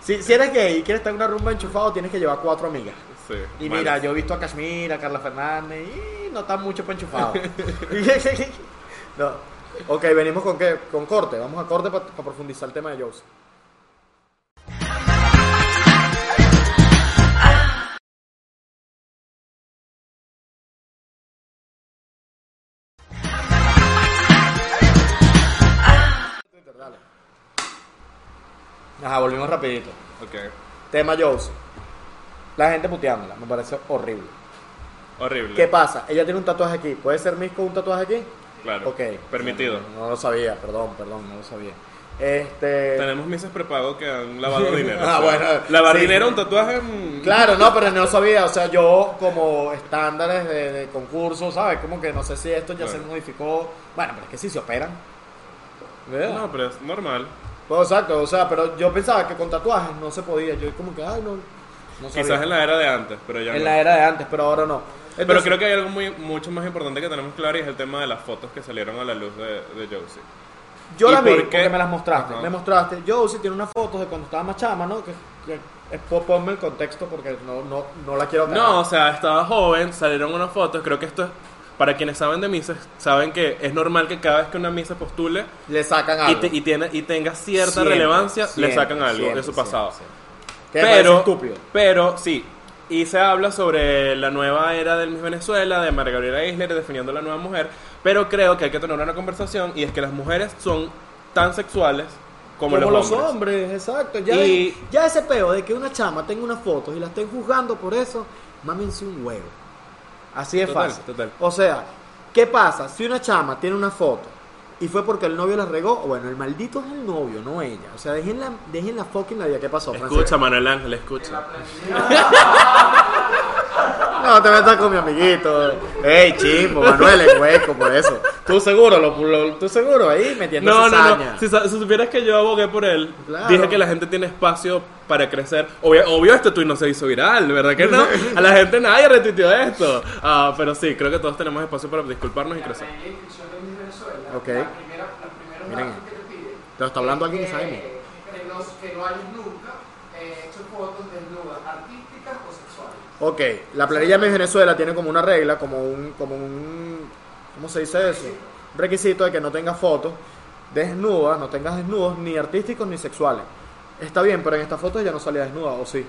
Si, si eres gay y quieres estar en una rumba enchufado, tienes que llevar cuatro amigas.
Sí, [LAUGHS]
Y
mal.
mira, yo he visto a Kashmir, a Carla Fernández, y no está mucho para enchufado. no. Ok, venimos con qué? Con corte. Vamos a corte para profundizar el tema de Josie. Ajá, volvimos rapidito.
Ok.
Tema Josie. La gente puteándola, me parece horrible.
Horrible.
¿Qué pasa? Ella tiene un tatuaje aquí. ¿Puede ser Miss con un tatuaje aquí?
Claro.
Ok.
Permitido.
No, no lo sabía, perdón, perdón, no lo sabía. Este.
Tenemos mises prepago que han lavado dinero.
[LAUGHS] Ah,
o sea,
bueno,
Lavar
sí.
dinero, un tatuaje. mm,
Claro, no, pero no lo sabía. O sea, yo como estándares de, de concurso, ¿sabes? Como que no sé si esto ya se
Bueno.
modificó. Bueno, pero es que sí se operan.
No, pero es normal.
Bueno, exacto, o sea, pero yo pensaba que con tatuajes no se podía. Yo como que, ay, no. no sabía.
Quizás en la era de antes, pero ya
En
no.
la era de antes, pero ahora no.
Pero creo que hay algo muy, mucho más importante que tenemos claro y es el tema de las fotos que salieron a la luz de, de Josie.
Yo
¿Y
las vi
por qué?
porque me las mostraste.
Ajá.
Me mostraste. Yo sí tiene unas fotos de cuando estaba más chama, ¿no? Que, que- es- po- ponme el contexto porque no, no, no la quiero cagar.
No, o sea, estaba joven, salieron unas fotos, creo que esto es... para quienes saben de misas, saben que es normal que cada vez que una misa postule
Le sacan
y,
algo.
te- y tiene, y tenga cierta
Siempre,
relevancia,
siempre,
le sacan algo
siempre,
de su
siempre,
pasado.
siempre. Que me parece
Pero,
estúpido.
pero sí. Y se habla sobre la nueva era del Miss Venezuela, de Margarita Isler definiendo la nueva mujer. Pero creo que hay que tener una conversación y es que las mujeres son tan sexuales como, los, hombres.
exacto. Ya,
Y-
ya ese peo de que una chama tenga unas fotos y la estén juzgando por eso, mámense un huevo. Así es
Total,
fácil.
total.
O sea, ¿qué pasa? Si una chama tiene una foto y fue porque el novio la regó, bueno, el maldito es el novio, no ella. O sea, déjenla, déjenla fucking la vida. ¿Qué pasó, Francisco?
Escucha, Manuel Ángel, escucha.
No, te metas con mi amiguito. Ey, chimbo, Manuel, es hueco por eso. Tú seguro, lo, lo- tú seguro ahí metiendo
No, no,
cizaña.
no. Si, sa- si supieras que yo abogué por él,
Claro.
dije que la gente tiene espacio para crecer. Obvio, obvio este tuit no se hizo viral, ¿verdad que no? A la gente nadie retuiteó esto. Ah, pero sí, creo que todos tenemos espacio para disculparnos y crecer.
Ok. Miren, te lo está hablando alguien que sabemos.
eh, que no, que no hayas nunca eh, hecho fotos desnudas, artísticas o sexuales.
Ok, la planilla de Venezuela tiene como una regla, como un, como un, ¿cómo se dice eso? Un requisito de que no tengas fotos desnudas, no tengas desnudos ni artísticos ni sexuales. Está bien, pero en esta foto ella no salía desnuda, ¿o sí?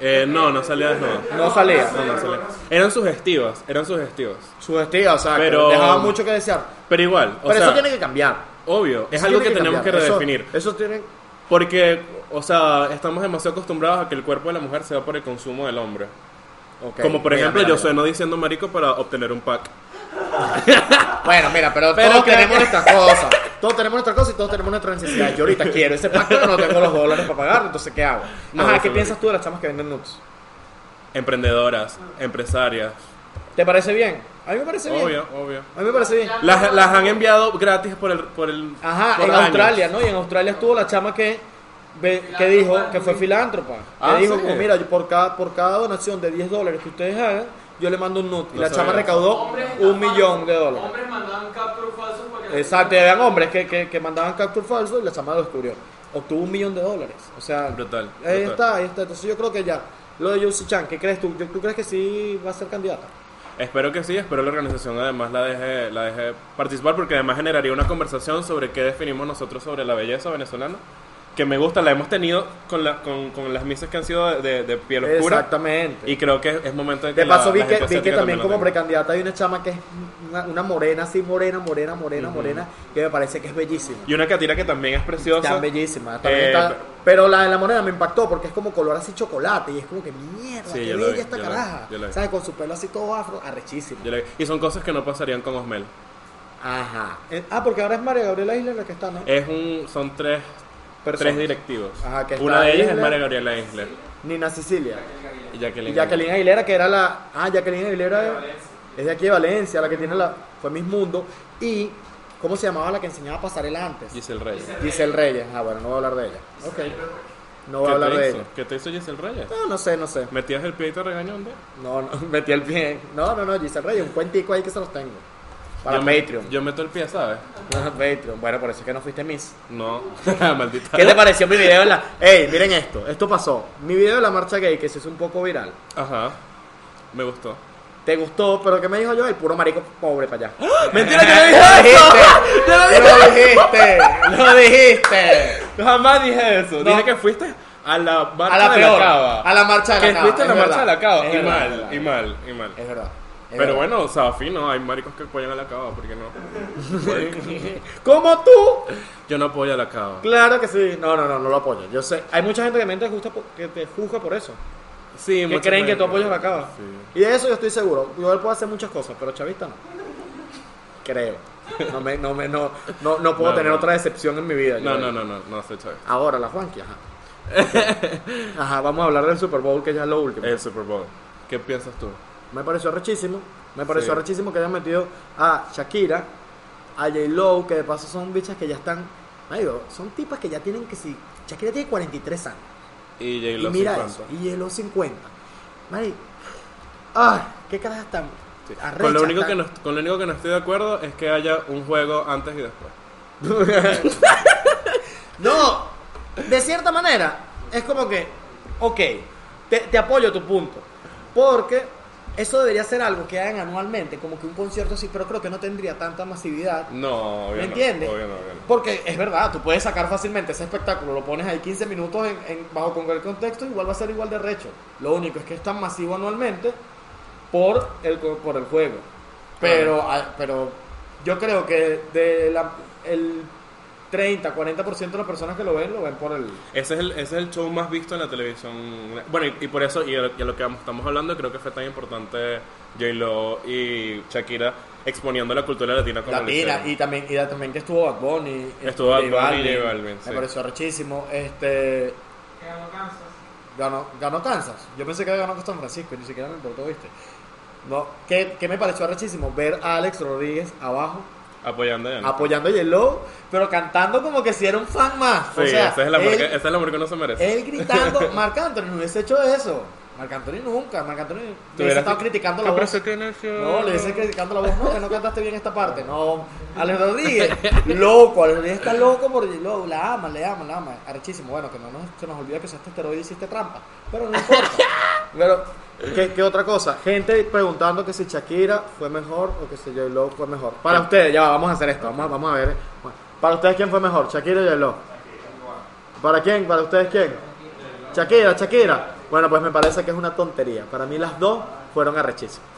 Eh, no, no salía desnudo.
No salía.
No, no salía. Eran sugestivas, eran sugestivas.
Sugestiva, o sea,
Pero-
que dejaba mucho que desear.
Pero igual, o
Pero
sea,
eso tiene que cambiar.
obvio, es
Eso
algo que,
tiene
tenemos que
cambiar. Eso-
redefinir.
Eso, tiene...
Porque, o sea, estamos demasiado acostumbrados a que el cuerpo de la mujer se va por el consumo del hombre.
ok,
Como por
mira,
ejemplo,
mira,
yo
mira.
sueno diciendo marico para obtener un pack.
Bueno, mira, pero,
Pero
todos
creo
tenemos
que-
nuestra
[LAUGHS]
cosa. Todos tenemos nuestra cosa y todos tenemos nuestra necesidad. Yo ahorita quiero ese pacto, pero no tengo los dólares para pagarlo, entonces ¿qué hago?
No,
Ajá,
eso
¿qué
no.
piensas tú de las chamas que venden nuts?
Emprendedoras, empresarias.
¿Te parece bien? A mí me parece bien.
Obvio, obvio.
A mí me parece bien.
Las, las han enviado gratis por el. Por el
Ajá,
por
en
años.
Australia, ¿no? Y en Australia estuvo la chama que, ve- que dijo que fue filántropa.
Ah,
que dijo,
sí.
como, mira, yo por cada, por cada donación de 10 dólares que ustedes hagan, yo le mando un nut. Y
No
la chama
sabía.
recaudó un millón de dólares.
Hombres mandaban capturas falsos para que
Exacto, y habían hombres que, que, que mandaban capture falso y la chama lo descubrió. Obtuvo un millón de dólares. O sea,
Brutal,
ahí
brutal.
está, ahí está. Entonces yo creo que ya. Lo de Yusi Chan, ¿qué crees tú? Yo- ¿Tú crees que sí va a ser candidata?
Espero que sí, espero la organización además la deje, la deje participar porque además generaría una conversación sobre qué definimos nosotros sobre la belleza venezolana. Que me gusta, la hemos tenido con, la, con, con las misas que han sido de, de- de piel oscura.
Exactamente.
Y creo que es es momento de que.
de
la-
paso vi
la
que,
gente
vi que
asiática
también
lo
como
tenga.
precandidata hay una chama que es una, una morena, así morena, morena, morena, morena, que me parece que es bellísima.
Y una catira que también es preciosa.
Tan bellísima. también
Eh,
está-
pe-
pero la de la morena me impactó porque es como color así chocolate y es como que mierda,
Sí,
qué
yo la
bella
vi,
esta
yo la vi,
caraja.
yo la vi.
¿Sabes? Con su pelo así todo afro, arrechísimo.
Yo le- Y son cosas que no pasarían con Osmel.
Ajá. Eh, ah, porque ahora es María Gabriela Isla la que está, ¿no?
Es un, son tres,
Personas.
tres directivos.
Ajá, que
una
está
de ellas es
Isler.
María Gabriela Isler.
Nina Sicilia.
Y Jacqueline.
Y Jacqueline Aguilera, que era la. Ah, Jacqueline Aguilera es de aquí de Valencia, la que tiene la. Fue Miss Mundo. Y. ¿Cómo se llamaba la que enseñaba pasarela antes?
Giselle Reyes.
Giselle Reyes. Ah, bueno, no voy a hablar de ella. Ok. No voy a
¿Qué
hablar
te
de
hizo?
ella.
¿Qué te hizo Giselle Reyes?
No, no sé, no sé.
¿Metías el pie y te regañó un día?
No, [LAUGHS] no, metí el pie. No, no, no, Giselle Reyes, un cuentico ahí que se los tengo. Para
Yo me-
Patreon.
Yo meto el pie, ¿sabes?
[LAUGHS] Para Patreon. Bueno, por eso es que no fuiste Miss.
No. [LAUGHS] Maldita. [LAUGHS]
¿Qué te pareció mi video? en La... Ey, miren esto. Esto pasó. Mi video de la marcha gay, que se hizo un poco viral.
Ajá. Me gustó.
Te gustó, pero ¿qué me dijo yo? El puro marico pobre para allá. [LAUGHS]
¡Mentira que
¡Lo dijiste! ¡Ah! ¡Lo [LAUGHS] dijiste! ¡Lo dijiste!
Jamás dije eso.
No.
Dije que fuiste a la marcha
A la
de
peor.
la cava.
A la marcha de la
que
cava.
fuiste a
es
la marcha
verdad,
de la cava.
es
Y
verdad,
mal,
es verdad.
y mal, y mal.
Es verdad. es
Pero
verdad.
bueno, o sea, fino, hay maricos que apoyan a la cava, ¿por
[LAUGHS]
qué no?
Como tú.
Yo no apoyo a la cava.
Claro que sí. No, no, no, no lo apoyo. Yo sé. Hay mucha gente que me te juzga por, que te juzga por eso.
Sí,
Que
mucha
creen que
gente.
tú apoyas la cava. Y
Sí.
de eso yo estoy seguro. Yo puedo hacer muchas cosas, pero chavista no. Creo. No me, no me, no, no, no puedo
No,
tener
no.
otra decepción en mi vida. yo
No,
creo.
no, no, no, no soy Chávez.
Ahora la Juanqui,
[LAUGHS]
ajá. Ajá, vamos a hablar del Super Bowl que ya es lo último.
El Super Bowl. ¿Qué piensas tú?
Me pareció rechísimo. Me pareció
Sí.
rechísimo que hayan metido a Shakira, a J. Lowe, que de paso son bichas que ya están. Marico, son tipas que ya tienen que si. Shakira tiene 43 años.
Y J.
Y
Lo
mira
50.
eso. Y los 50. Marico. ¡Ay! ¿Qué caras están?
Sí.
arrechas
Con, lo único
están?
que no, con lo único que no estoy de acuerdo es que haya un juego antes y después.
[LAUGHS] No, de cierta manera, es como que, ok, te, te apoyo tu punto. Porque Eso debería ser algo que hagan anualmente, como que un concierto así, pero creo que no tendría tanta masividad.
No, obvio
¿Me
no,
entiendes?
obvio no, obvio no.
Porque es verdad, tú puedes sacar fácilmente ese espectáculo, lo pones ahí 15 minutos en, en- bajo cualquier contexto, igual va a ser igual de recho. Lo único es que es tan masivo anualmente por el, co- por el juego. Pero, ah, pero yo creo que de la- el 30, 40% de las personas que lo ven, lo ven por el...
Ese es, el, ese es el show más visto en la televisión. Bueno, y, y por eso, y a, lo, y a lo que estamos hablando, creo que fue tan importante J-Lo y Shakira exponiendo la cultura latina como lo
Latina,
hicieron.
y también, y también que estuvo Bad Bunny. este,
Estuvo Bad
J
Bunny y
Balvin.
J Balvin, sí.
Me pareció rechísimo. Este,
Que ganó Kansas.
ganó, ganó Kansas. Yo pensé que ganó San Francisco, y ni siquiera me importó, ¿viste? No, que, que me pareció rechísimo ver a Alex Rodríguez abajo,
Apoyando a J-Lo.
apoyando a Yellow, pero cantando como que si era un fan más.
Sí,
o sea,
ese es el amor,
él,
que, ese es el amor que no se merece.
él
[LAUGHS]
gritando, Marc Anthony no hubiese hecho eso. Marc Anthony nunca, Marc Anthony
Tú
hubiese
hubieras-
estado criticando la
No, pero
voz.
sé que no es yo.
No, le dice criticando la voz, no, que no cantaste bien esta parte. No, Alex Rodríguez, loco, Alex Rodríguez está loco por lo- la ama, le ama, la ama. Arrechísimo, bueno, que no nos, se nos olvida que usaste esteroide y hiciste trampa, pero no importa. [LAUGHS] Pero, ¿qué, qué otra cosa? Gente preguntando que si Shakira fue mejor o que si J. Lo fue mejor. Para ustedes, ya va, vamos a hacer esto, vamos, a- vamos a ver. eh. Para ustedes, ¿quién fue mejor? ¿Shakira o J. Lo? ¿Para quién? ¿Para ustedes quién? Shakira, Shakira. Bueno, pues me parece que es una tontería. Para mí las dos fueron arrechísimas.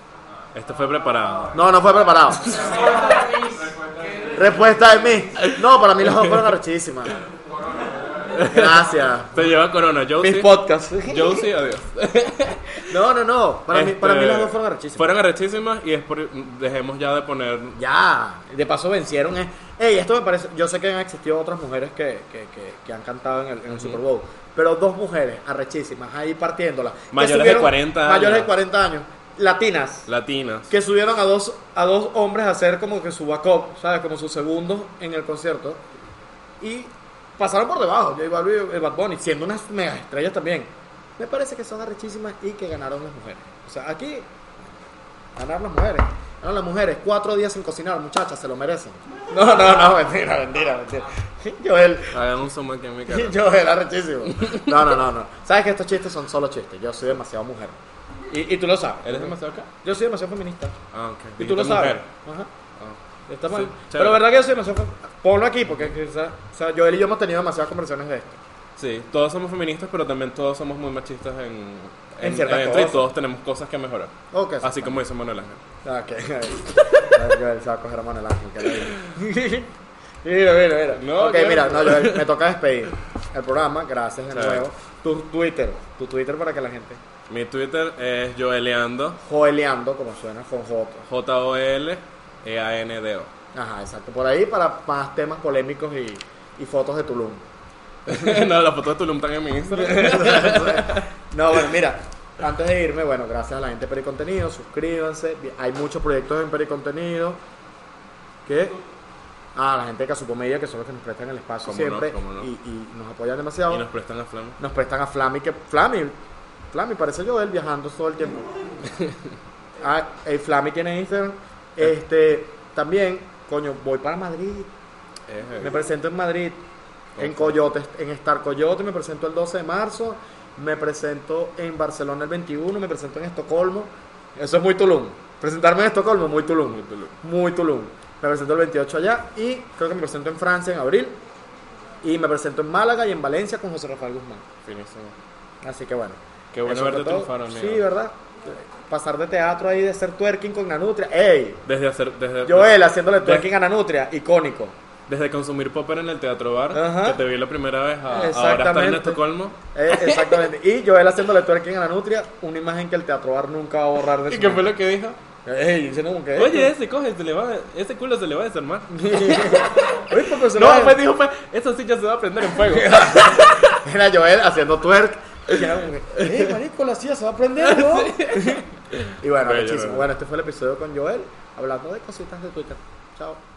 Este fue preparado.
No, no fue preparado. Respuesta de mí. No, para mí las dos fueron arrechísimas. Gracias.
Te lleva Corona, Josie.
podcasts.
Josie, adiós.
No, no, no. Para, mí, para mí
Este,
las dos fueron arrechísimas.
Fueron arrechísimas y es por- dejemos ya de poner.
Ya. De paso vencieron. eh. Ey, esto me parece. Yo sé que han existido otras mujeres que, que, que- que han cantado en el, en el Super Bowl. Pero dos mujeres arrechísimas ahí partiéndolas. que
Mayores de 40 años.
Mayores de 40 años. Latinas.
Latinas.
que subieron a dos, a dos hombres a hacer como que su backup, ¿sabes? Como sus segundos en el concierto. Y pasaron por debajo, J Balvin y el Bad Bunny, siendo unas mega estrellas también. Me parece que son arrechísimas y que ganaron las mujeres. O sea, aquí ganaron las mujeres. Ganaron las mujeres. Cuatro días sin cocinar, muchachas, se lo merecen. No, no, [LAUGHS] no, mentira, mentira, mentira. [LAUGHS] Joel,
Hagan un zoom aquí en mi cara.
Joel, arrechísimo. No, no, no, no. Sabes que estos chistes son solo chistes. Yo soy demasiado mujer. Y, y tú lo sabes.
¿Eres demasiado acá?
Yo soy demasiado feminista.
Ah, ok.
Y tú lo
Dijiste
sabes.
mujer.
Ajá.
Ah.
Está mal.
Sí,
pero
chévere.
verdad que yo soy demasiado. fan- Ponlo aquí porque quizá- o sea, Joel y yo hemos tenido demasiadas conversaciones de esto.
Sí, todos somos feministas, pero también todos somos muy machistas en,
En ciertas
esto
cosas.
y todos tenemos cosas que mejorar.
Ok.
Así como dice Manuel Ángel.
Ah, ok. [LAUGHS] A ver, Joel se va a coger a mano el ángel. que le digo. [LAUGHS] Mira, mira, mira.
No,
ok,
Joel.
mira, no, Joel, me toca despedir el programa. Gracias de
Chévere.
nuevo. Tu Twitter, tu Twitter para que la gente.
Mi Twitter es joeleando,
Joeleando, como suena, con J.
E J-O-L-E-A-N-D-O.
Ajá, exacto. Por ahí para más temas polémicos y, y fotos de Tulum.
[LAUGHS] no, las fotos de Tulum están en mi Instagram.
[LAUGHS] No, bueno, mira, antes de irme, bueno, gracias a la gente de Pericontenido, suscríbanse. Hay muchos proyectos en Pericontenido. ¿Qué? Ah, la gente de Casucomedia, que son los que nos prestan el espacio
Cómo no,
siempre
cómo no.
Y, y nos apoyan demasiado.
Y nos
nos...
prestan a Flama.
prestan a Flami, que Flami, Flami, parece yo él viajando todo el
[LAUGHS]
tiempo. ah, eh, Flami tiene Instagram.
Eh.
Este, también, coño, voy para Madrid.
Es,
Me
eh,
presento en Madrid, en
Ok.
Coyote, en Star Coyote, me presento el 12 de marzo, me presento en Barcelona el 21, me presento en Estocolmo. Eso es muy Tulum. Presentarme en Estocolmo, muy Tulum.
Muy Tulum.
Muy Tulum. Me presento el 28 allá y creo que me presento en Francia en abril. Y me presento en Málaga y en Valencia con José Rafael Guzmán.
finísimo.
Así que bueno.
Qué bueno
eso
verte
fue todo.
triunfar, amigo.
Sí, ¿verdad? Pasar de teatro ahí, de hacer twerking con Nanutria. ¡Ey!
Desde hacer. Desde,
Joel haciéndole twerking a Nanutria, icónico.
Desde consumir popper en el teatro bar,
Ajá.
que te vi la primera vez, a- ahora estar en
Exactamente.
Estocolmo.
Eh, exactamente. Y Joel haciéndole twerking a la nutria, una imagen que el teatro bar nunca va a borrar de
¿Y
su
qué fue
mente.
lo que dijo?
Ey, diciendo como que...
Oye, ese coge, se le va, a- ese culo se le va a desarmar.
Uy, porque se
No,
lo-
me dijo, fue, esa silla se va a prender en fuego.
[LAUGHS] Era Joel haciendo twerk. Y era
[LAUGHS]
como que, eh, marico, la silla se va a prender, ¿no? [LAUGHS] y bueno,
Bello,
muchísimo.
bello.
Bueno, este fue el episodio con Joel, hablando de cositas de Twitter. Chao.